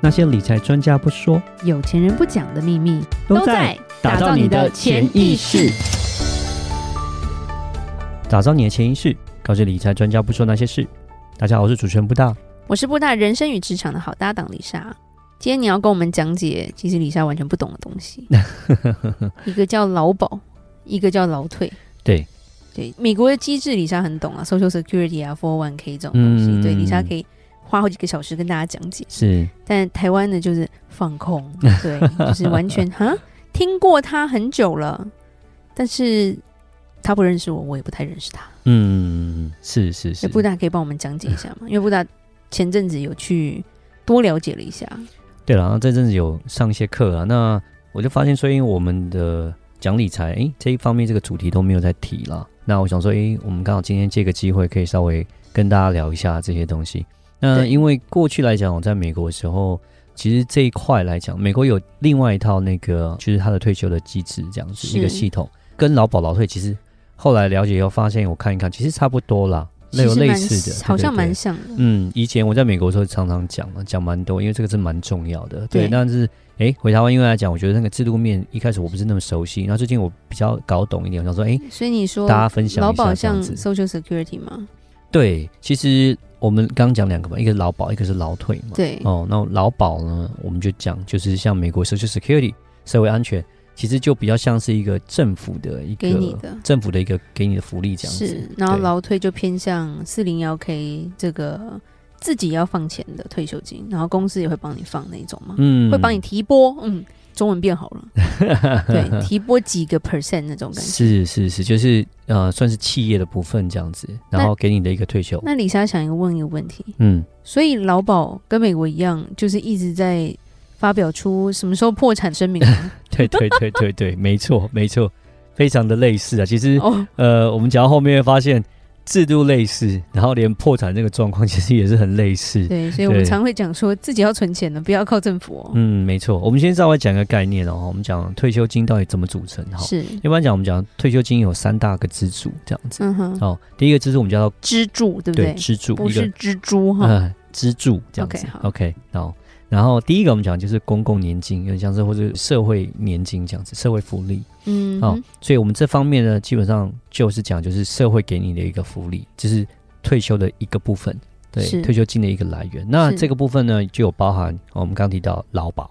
那些理财专家不说，有钱人不讲的秘密打造你的潜意识。打造你的潜意识，告知理财专家不说那些事。大家好，我是主持人布大。我是布大人生与职场的好搭档李莎。今天你要跟我们讲解，其实李莎完全不懂的东 西，一个叫劳保，一个叫劳退。对对，美国的机制李莎很懂啊，Social Security 啊，401k 这种东西，嗯对李莎可以花好几个小时跟大家讲解。是，但台湾的就是放空， 对，就是完全哈，听过他很久了，但是他不认识我，我也不太认识他。嗯，是是是那。哎布大可以帮我们讲解一下吗？因为布大前阵子有去多了解了一下，对了，然后这阵子有上一些课啊，那我就发现说，因为我们的讲理财，诶，这一方面这个主题都没有在提啦。那我想说，诶，我们刚好今天借个机会，可以稍微跟大家聊一下这些东西。那对因为过去来讲，我在美国的时候，其实这一块来讲，美国有另外一套那个，就是他的退休的机制，这样子是一个系统，跟劳保劳退其实后来了解以后发现，我看一看，其实差不多啦，类其有实类蛮似的，好像对对对蛮像的。嗯，以前我在美国的时候常常讲嘛，讲蛮多，因为这个是蛮重要的。对，对但是诶，回台湾因为来讲，我觉得那个制度面一开始我不是那么熟悉，然后最近我比较搞懂一点，我想说，诶，所以你说大家分享劳一下保这样像子。哦 Social Security 吗？对，其实我们刚讲两个嘛，一个是劳保，一个是劳退嘛。对，哦，那劳保呢，我们就讲就是像美国 Social Security 社会安全，其实就比较像是一个政府的一个给你的政府的一个给你的福利这样子。是。然后对劳退就偏向四零幺 K 这个自己要放钱的退休金，然后公司也会帮你放那种吗？嗯会帮你提拨，嗯，中文变好 了，对，提拨几个 percent 那种感觉。是是是，就是呃，算是企业的部分这样子，然那后给你的一个退休。那李莎想一个问一个问题，嗯，所以劳保跟美国一样，就是一直在发表出什么时候破产声明 吗？啊 对对对对对，没错没错，非常的类似啊。其实哦，呃，我们讲到后面会发现制度类似，然后连破产这个状况 其实也是很类似。对，所以我们对常会讲说自己要存钱的，不要靠政府哦。嗯，没错。我们先稍微讲一个概念哦，我们讲退休金到底怎么组成哈。是，一般讲，我们讲退休金有三大个支柱这样子。嗯哼，哦，第一个支柱我们叫做支柱对不对对？支柱，不一个是蜘蛛哈，呃，支柱这样子 OK，好。 OK，然后然后第一个我们讲就是公共年金，有点像是或者社会年金这样子，社会福利。嗯好、哼，哦所以我们这方面呢，基本上就是讲就是社会给你的一个福利，就是退休的一个部分，对，是退休金的一个来源。那是这个部分呢，就有包含、哦我们刚提到劳保、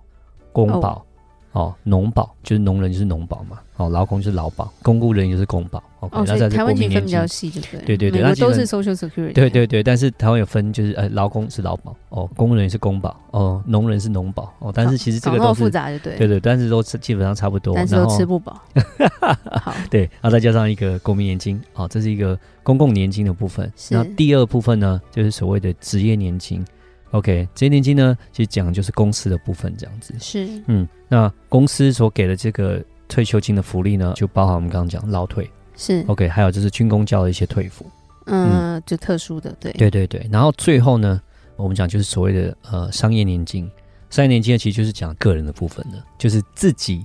公哦保。哦，农保就是农人就是农保嘛，哦，劳工就是劳保，公务人员就是公保。OK，哦，那所再以是台湾国其民实年分比金较。细，对不对？对对对美那国基本都是 Social Security，对对对，但是台湾有分，就是呃，劳工是劳保，哦，工人是公保，哦，农人是农保，哦，但是其实这搞个那么都复是，杂，就对对，对，但是都是基本上差不多，但是然都后吃 不饱。好，对，然后再加上一个国民年金，哦，这是一个公共年金的部分。是那第二部分呢，就是所谓的职业年金。OK，职业年金呢，其实讲的就是公司的部分这样子。是嗯，那公司所给的这个退休金的福利呢，就包含我们刚刚讲劳退是， ，OK，还有就是军工教的一些退服。嗯，就特殊的，对，对对对，然后最后呢，我们讲就是所谓的呃商业年金，商业年金呢其实就是讲个人的部分的，就是自己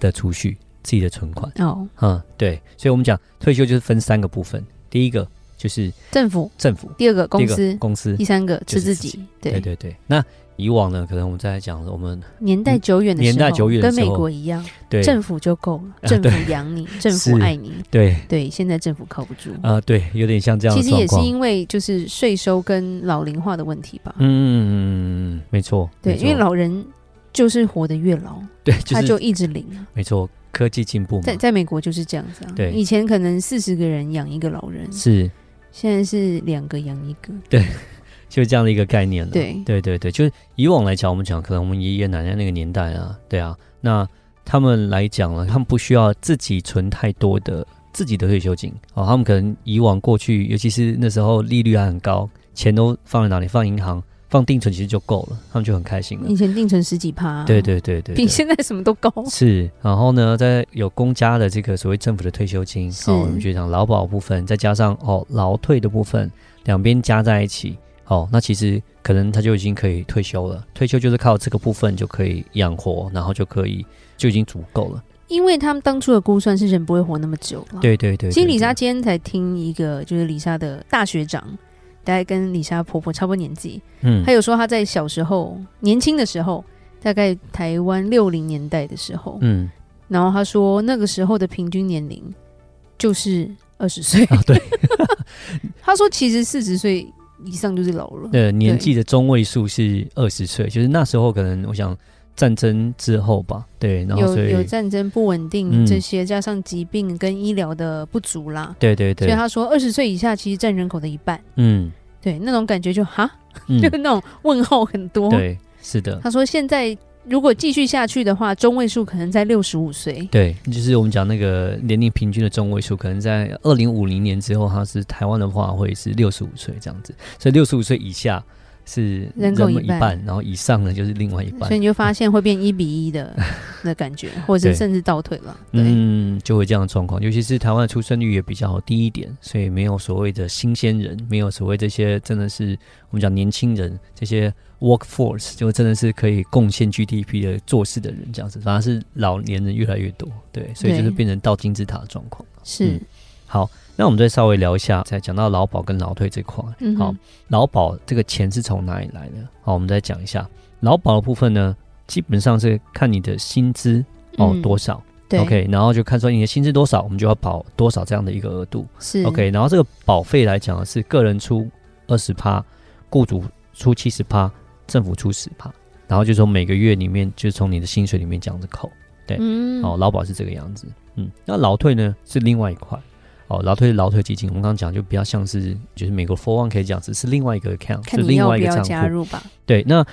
的储蓄、自己的存款。哦，嗯，对，所以我们讲退休就是分三个部分，第一个就是政府，政府，第二个第公一个司，公司第，三个就是吃自自己己，对对，对对。那以往呢，可能我们在讲我们年代久远的嗯时年候，代久远的跟时候美国一样，对政府就够了，啊政府对养你，政府是爱你，对对，现在政府靠不住。啊、对，有点像这样其的实状也是况。因为就是税收跟老龄化的问题吧，嗯嗯嗯嗯嗯，没错，对，没因为错老人就是活得越老，对就他是就一直领啊，没错，科技进步嘛在，在美国就是这样子啊，对以前可能四十个人养一个老人，是现在是两个养一个，就是这样的一个概念了。对对对对，就是以往来讲，我们讲可能我们爷爷奶奶那个年代啊，对啊，那他们来讲了，他们不需要自己存太多的自己的退休金哦，他们可能以往过去，尤其是那时候利率还很高，钱都放在哪里？放银行，放定存其实就够了，他们就很开心了以。前定存十几趴、啊对，对对对比对。现在什么都高。是，然后呢，在有公家的这个所谓政府的退休金，是哦，我们就讲劳保部分，再加上哦劳退的部分，两边加在一起，哦，那其实可能他就已经可以退休了。退休就是靠这个部分就可以养活，然后就可以就已经足够了。因为他们当初的估算是人不会活那么久了。，对对对对其实李莎对今天才听一个，就是李莎的大学长，大概跟李莎婆婆差不多年纪，嗯她有说她在小时候、年轻的时候，大概台湾六零年代的时候，嗯然后她说那个时候的平均年龄就是二十岁。啊对， 她说其实四十岁以上就是老了。呃，年纪的中位数是二十岁，就是那时候可能我想战争之后吧，对，然后有所以有战争不稳定、嗯这些，加上疾病跟医疗的不足啦，对对所以对，她说二十岁以下其实占人口的一半。嗯对，那种感觉就哈，嗯 就，那种问号很多。对，是的，他说现在如果继续下去的话，中位数可能在六十五岁。对，就是我们讲那个年龄平均的中位数，可能在二零五零年之后，它是台湾的话会是六十五岁这样子，所以六十五岁以下是人口们一一半半，然后以上呢就是另外一半所以，你就发现会变一比 一的的感觉，或者对是甚至倒退了。对，嗯，就会这样的状况。尤其是台湾的出生率也比较低一点，所以没有所谓的新鲜人，没有所谓这些真的是我们讲年轻人这些 workforce，就真的是可以贡献 GDP 的做事的人这样子，反而是老年人越来越多，对，所以就是对变成倒金字塔的状况。是嗯好，那我们再稍微聊一下，再讲到劳保跟劳退这块。嗯哼好，劳保这个钱是从哪里来的？好，我们再讲一下劳保的部分呢，基本上是看你的薪资哦、嗯多少对，OK，然后就看说你的薪资多少，我们就要保多少这样的一个额度是，OK，然后这个保费来讲是个人出二十趴，雇主出七十趴，政府出十趴，然后就从每个月里面就从你的薪水里面这样子扣。嗯哦，劳保是这个样子，嗯，那劳退呢是另外一块，哦，劳退是劳退基金，我们刚刚讲就比较像是就是美国 401k 这样子，是另外一个 account，看是你另要外不一个要加账户。入吧。对，那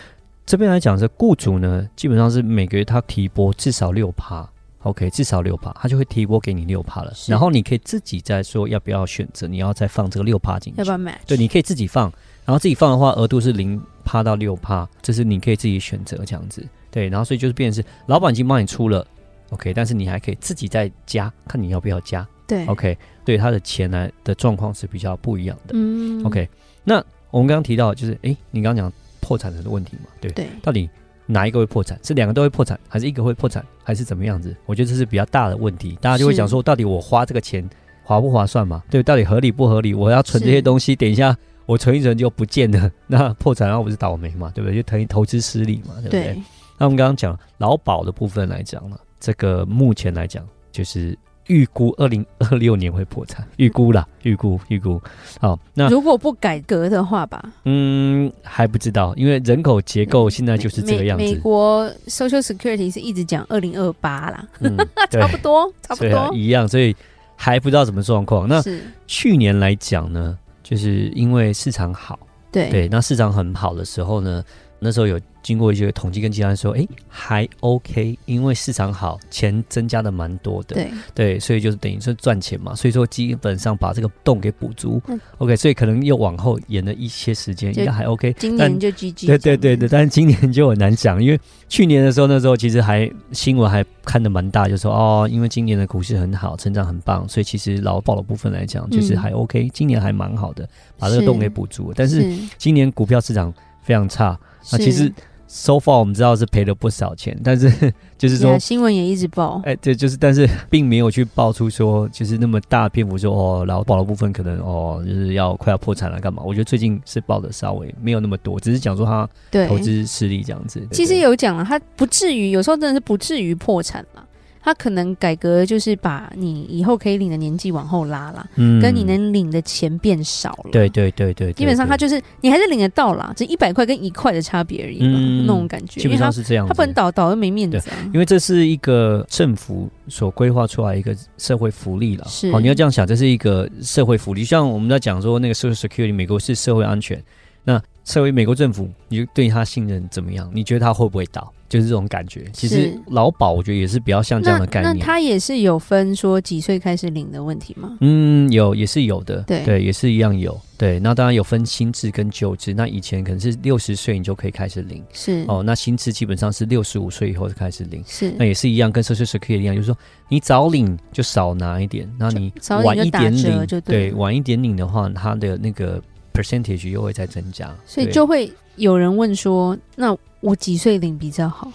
这边来讲是雇主呢，基本上是每个月他提拨至少六趴，OK，至少六趴，他就会提拨给你六趴了，是然后你可以自己再说要不要选择，你要再放这个六趴进去要不，要 match？对，你可以自己放，然后自己放的话，额度是零趴到六趴，这是你可以自己选择这样子。对，然后所以就是变成是老板已经帮你出了，OK，但是你还可以自己再加，看你要不要加对，OK。对，他的钱来的状况是比较不一样的、嗯 o k 那我们刚刚提到的就是，诶，你刚刚讲破产的问题嘛，对，对，到底哪一个会破产？是两个都会破产，还是一个会破产，还是怎么样子？我觉得这是比较大的问题，大家就会是讲说，到底我花这个钱划不划算嘛？对，到底合理不合理？我要存这些是东西，等一下我存一存就不见了， 那破产然后我是倒霉嘛，对不对？就等于投资失利嘛，对不对？对，那我们刚刚讲劳保的部分来讲呢，这个目前来讲就是预估二零二六年会破产， 预估啦，预估预估。好，那如果不改革的话吧，嗯还不知道，因为人口结构现在就是这个美样美子。国 Social Security 是一直讲二零二八啦， 嗯，对差不多，差不对啊多。一样，所以还不知道什么状况。那是，去年来讲呢，就是因为市场好，对对，那市场很好的时候呢，那时候有经过一些统计跟计算说，哎，还 OK，因为市场好，钱增加的蛮多的，对，对所以就是等于是赚钱嘛，所以说基本上把这个洞给补足、嗯 o k 所以可能又往后延了一些时间，就应该还 OK，今但年就 GG。对对对对，，但是今年就很难讲，因为去年的时候，那时候其实还新闻还看得蛮大，就说哦，因为今年的股市很好，成长很棒，所以其实劳保的部分来讲，就是还 OK，、今年还蛮好的，把这个洞给补足了。但嗯是今年股票市场非常差，那其实 so far 我们知道是赔了不少钱，但是啊 就是是说呀新闻也一直报，哎，对，就是，但是并没有去爆出说，就是那么大篇幅说哦，劳保的部分可能哦，就是要快要破产了，干嘛？我觉得最近是报的稍微没有那么多，只是讲说它对，投资失利这样子。对其实对有讲了，他不至于，有时候真的是不至于破产了。他可能改革就是把你以后可以领的年纪往后拉啦，嗯跟你能领的钱变少了。对对对对，对基本上他对就是你还是领得到啦，只一百块跟一块的差别而已嘛，嗯那种感觉。基本因为他上是这样子。他不能倒倒又没面子啊。因为这是一个政府所规划出来一个社会福利了。是好，你要这样想，这是一个社会福利。就像我们在讲说那个 Social Security，美国是社会安全，那社会美国政府，你就对他信任怎么样？你觉得他会不会倒？就是这种感觉。其实是劳保我觉得也是比较像这样的概那念。那他也是有分说几岁开始领的问题吗？嗯，有也是有的，对也是一样有。对，那当然有分新制跟旧制。那以前可能是六十岁你就可以开始领是、哦，那新制基本上是六十五岁以后就开始领。是那，也是一样，跟 Social Security 一样，就是说你早领就少拿一点，那你早领晚就一打点折领，就对对，了晚一点领的话，它的那个 percentage 又会再增加，所以对就会有人问说，那我几岁领比较好？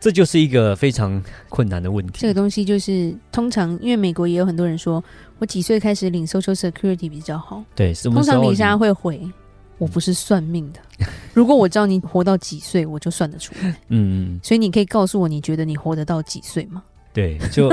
这就是一个非常困难的问这题。个东西就是通常，因为美国也有很多人说，我几岁开始领 Social Security 比较好。对，什么通时常候李你莎会回，我不是算命的，如果我知道你活到几岁，我就算 得出来。嗯，嗯所以你可以告诉我，你觉得你活得到几岁吗？对， 就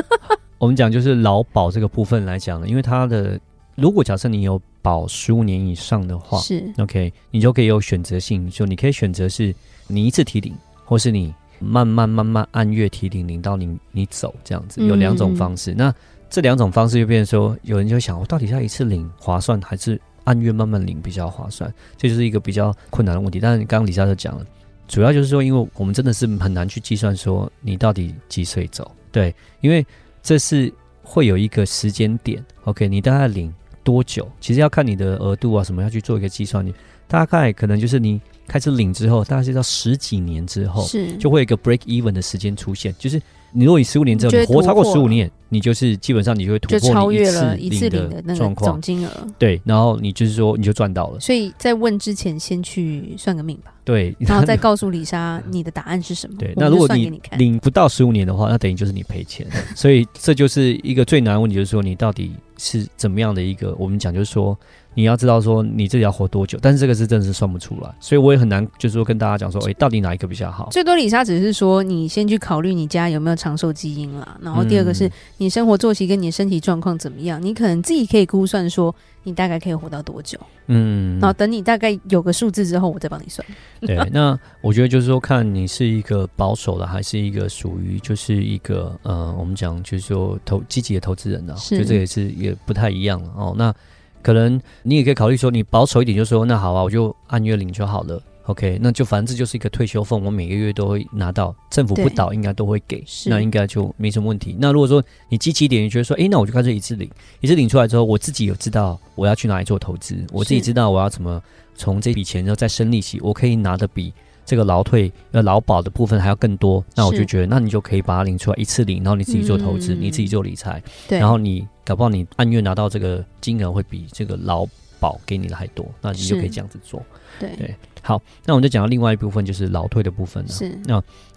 我们讲就是劳保这个部分来讲，因为它的如果假设你有保十五年以上的话是，OK，你就可以有选择性，就你可以选择是你一次提领，或是你慢慢慢慢按月提领，领到你你走这样子，有两种方式。那这两种方式就变成说，有人就想，我到底要一次领划算，还是按月慢慢领比较划算？这就是一个比较困难的问题。但是刚刚李莎就讲了，主要就是说，因为我们真的是很难去计算说你到底几岁走，对，因为这是会有一个时间点，OK，你大概领多久？其实要看你的额度啊，什么要去做一个计算。你大概可能就是你开始领之后，大概是到十几年之后，是，就会有一个 break even 的时间出现，就是你如果你十五年之后你就你会活超过突十破五了年，你就是基本上你就会突就超破你越了一次领领的那状个总况，金额。对，然后你就是说你就赚到了，所以在问之前，先去算 个命吧，对，然后再告诉李莎你的答案是什么。对，哦我那们如就果算给你你看，领不到十五年的话，那等于就是你赔钱，所以这就是一个最难的问题，就是说你到底是怎么样的一个，我们讲就是说你要知道说你自己要活多久，但是这个是真的是算不出来，所以我也很难就是说跟大家讲说，诶，到底哪一个比较好？最多李莎只是说，你先去考虑你家有没有长寿基因啦。然后第二个是嗯你生活作息跟你身体状况怎么样，你可能自己可以估算说你大概可以活到多久。嗯然后等你大概有个数字之后，我再帮你算。 对，那我觉得就是说，看你是一个保守的，还是一个属于就是一个呃，我们讲就是说投积极的投资人呢、啊，是就这也是也不太一样了哦。那可能你也可以考虑说，你保守一点，就说那好啊，我就按月领就好了。OK，那就反正这就是一个退休俸，我每个月都会拿到，政府不对倒应该都会给，是那应该就没什么问题。那如果说你积极一点，你觉得说，诶，那我就干脆一次领，一次领出来之后，我自己有知道我要去哪里做投资，我自己是知道我要怎么从这笔钱之后再生利息，我可以拿的比这个劳退呃劳保的部分还要更多，那我是就觉得，那你就可以把它领出来一次领，然后你自己做投资，嗯你自己做理财，对，然后你搞不好你按月拿到这个金额会比这个劳保给你的还多，那你是就可以这样子做。对对好，那我们就讲到另外一部分就是劳退的部分了。是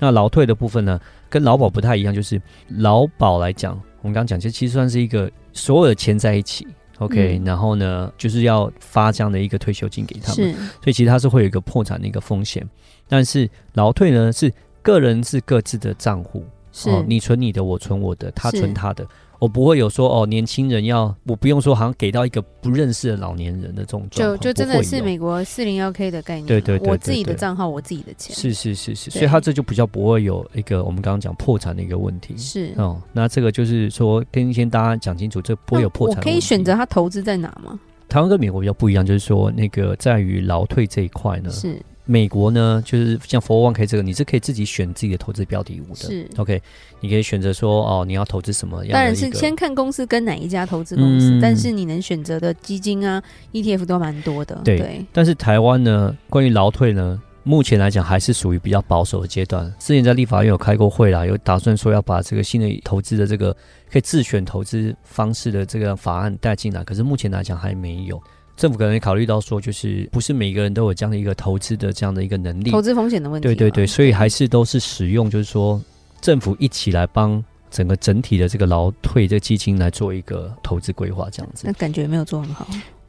那劳退的部分呢，跟劳保不太一样，就是劳保来讲，我们刚刚讲，其实其实算是一个所有的钱在一起，OK，、嗯然后呢，就是要发这样的一个退休金给他们，哦是所以其实它是会有一个破产的一个风险。但是劳退呢，是个人是各自的账户，哦是、你存你的，我存我的，他是存他的。我不会有说哦，年轻人要我不用说，好像给到一个不认识的老年人的这种状就况，就真不的会是有美国四零幺 K 的概念了，对啊对对我对自己的对账号，我自己的钱是是是是，对所以它这就比较不会有一个我们刚刚讲破产的一个问题。是哦，那这个就是说，跟先大家讲清楚，这不会有破产的那我可以问题选择它投资在哪吗？台湾跟美国比较不一样，就是说那个在于劳退这一块呢，是美国呢就是像 f o r One K 这个，你是可以自己选自己的投资标的物的。是， OK，你可以选择说哦，你要投资什么样当的然一是个？先看公司跟哪一家投资公司，嗯但是你能选择的基金啊、ETF 都蛮多的。对对但是台湾呢，关于劳退呢，目前来讲还是属于比较保守的阶段。之前在立法院有开过会啦，有打算说要把这个新的投资的这个可以自选投资方式的这个法案带进来，可是目前来讲还没有。政府可能也考虑到说，就是不是每个人都有这样的一个投资的这样的一个能力，投资风险的问题啊对嘛。对对，所以还是都是使用，就是说政府一起来帮整个整体的这个劳退这个基金来做一个投资规划，这样子 那感觉没有做很好，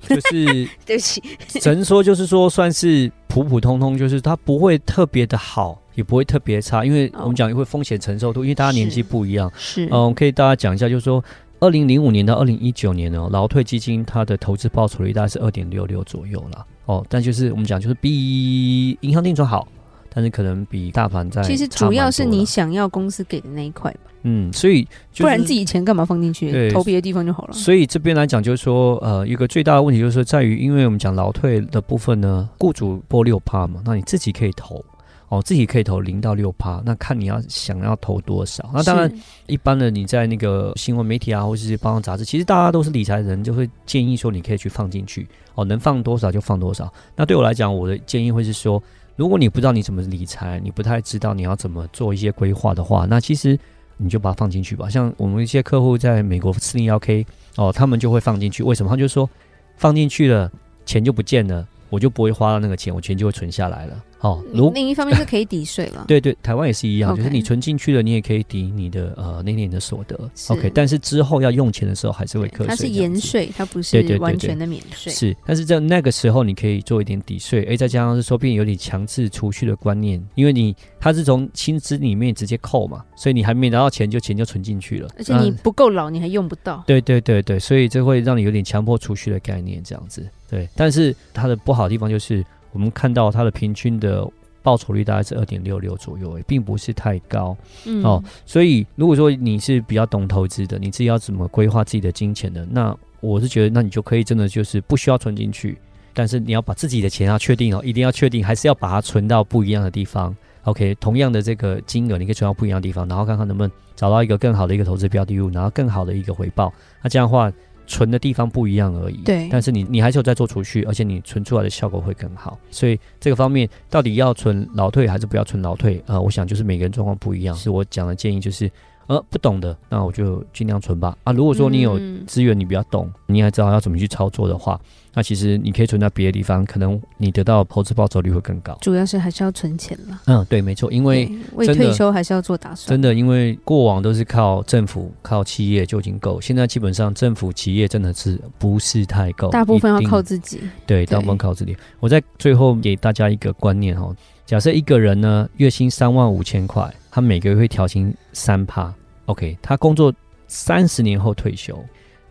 就是。对不起。 只能说就是说算是普普通通，就是它不会特别的好，也不会特别差，因为哦我们讲会风险承受度，因为大家年纪是不一样。是嗯，可以大家讲一下，就是说二零零五年到二零一九年哦，劳退基金它的投资报酬率大概是二点六六左右啦。哦，但就是我们讲就是比银行定存好，但是可能比大盘在其实差蛮主要是多你啦想要公司给的那一块吧，嗯，所以、就是、不然自己钱干嘛放进去？对投别的地方就好了。所以这边来讲，就是说，呃，一个最大的问题就是说在于，因为我们讲劳退的部分呢，雇主拨六趴嘛，那你自己可以投。哦，自己可以投零到六趴，那看你要想要投多少。那当然，是，一般的你在那个新闻媒体啊，或是包装杂志，其实大家都是理财人，就会建议说你可以去放进去哦，能放多少就放多少。那对我来讲，我的建议会是说，如果你不知道你怎么理财，你不太知道你要怎么做一些规划的话，那其实你就把它放进去吧。像我们一些客户在美国四零幺 K 哦，他们就会放进去，为什么？他就说放进去了，钱就不见了，我就不会花到那个钱，我钱就会存下来了。哦，如另一方面是可以抵税了。对对，台湾也是一样 OK 就是你存进去了，你也可以抵你的呃那年的所得。是 OK，但是之后要用钱的时候还是会课税，它是这样延子。税，它不对对对是对完全的免税。是，但是在那个时候，你可以做一点抵税，诶，再加上是说，并有点强制储蓄的观念，因为你它是从薪资里面直接扣嘛，所以你还没拿到钱就钱就存进去了，而且你那不够老，你还用不到。对对对对，所以这会让你有点强迫储蓄的概念这样子。对，但是它的不好的地方就是，我们看到它的平均的报酬率大概是二点六六左右，诶，并不是太高。嗯，哦所以，如果说你是比较懂投资的，你自己要怎么规划自己的金钱的，那我是觉得，那你就可以真的就是不需要存进去，但是你要把自己的钱要确定哦，一定要确定，还是要把它存到不一样的地方。OK，同样的这个金额，你可以存到不一样的地方，然后看看能不能找到一个更好的一个投资标的物，然后更好的一个回报。那这样的话，存的地方不一样而已。对但是你你还是有在做储蓄，而且你存出来的效果会更好。所以这个方面到底要存劳退还是不要存劳退啊、呃我想就是每个人状况不一样。是我讲的建议就是，呃，不懂的那我就尽量存吧。啊，如果说你有嗯资源你比较懂，你还知道要怎么去操作的话，那其实你可以存在别的地方，可能你得到的投资报酬率会更高。主要是还是要存钱了，嗯，对，没错，因为对为真的退休还是要做打算真。的，因为过往都是靠政府、靠企业就已经够，现在基本上政府、企业真的是不是太够，大部分要哦一定靠自己，对，大部分靠自己。我在最后给大家一个观念哦，假设一个人呢月薪三万五千块，他每个月会调薪三趴，OK，他工作三十年后退休，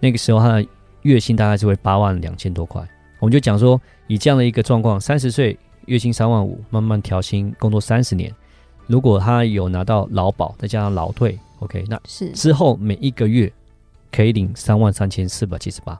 那个时候他的月薪大概是会八万两千多块。我们就讲说，以这样的一个状况，三十岁月薪三万五，慢慢调薪，工作三十年，如果他有拿到劳保，再加上劳退，OK，那是之后每一个月可以领三万三千四百七十八。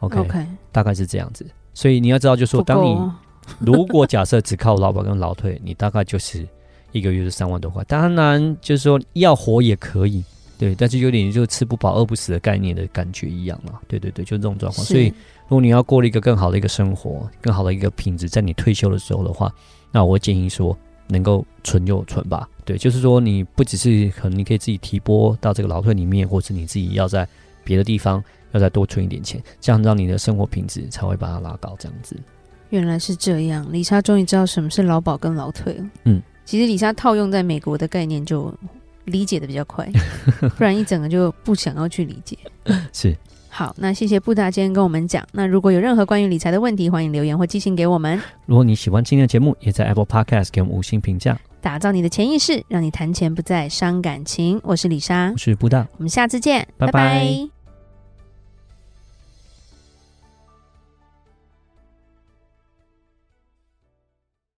OK， OK，大概是这样子。所以你要知道，就是说，不当够你哦 如果假设只靠劳保跟劳退，你大概就是一个月是三万多块。当然，就是说要活也可以，对，但是有点就吃不饱饿不死的概念的感觉一样嘛。对对对，就这种状况。是所以如果你要过了一个更好的一个生活，更好的一个品质，在你退休的时候的话，那我会建议说，能够存就存吧。对，就是说你不只是可能你可以自己提拨到这个劳退里面，或是你自己要在别的地方要再多存一点钱，这样让你的生活品质才会把它拉高。这样子，原来是这样，李莎终于知道什么是劳保跟劳退了。嗯，其实李莎套用在美国的概念就理解的比较快， 不然一整个就不想要去理解。是好，那谢谢布达今天跟我们讲。那如果有任何关于理财的问题，欢迎留言或寄信给我们。如果你喜欢今天的节目，也在 Apple Podcast 给我们五星评价。打造你的潜意识，让你谈钱不再伤感情。我是李莎我，是布大。我们下次见，拜拜拜拜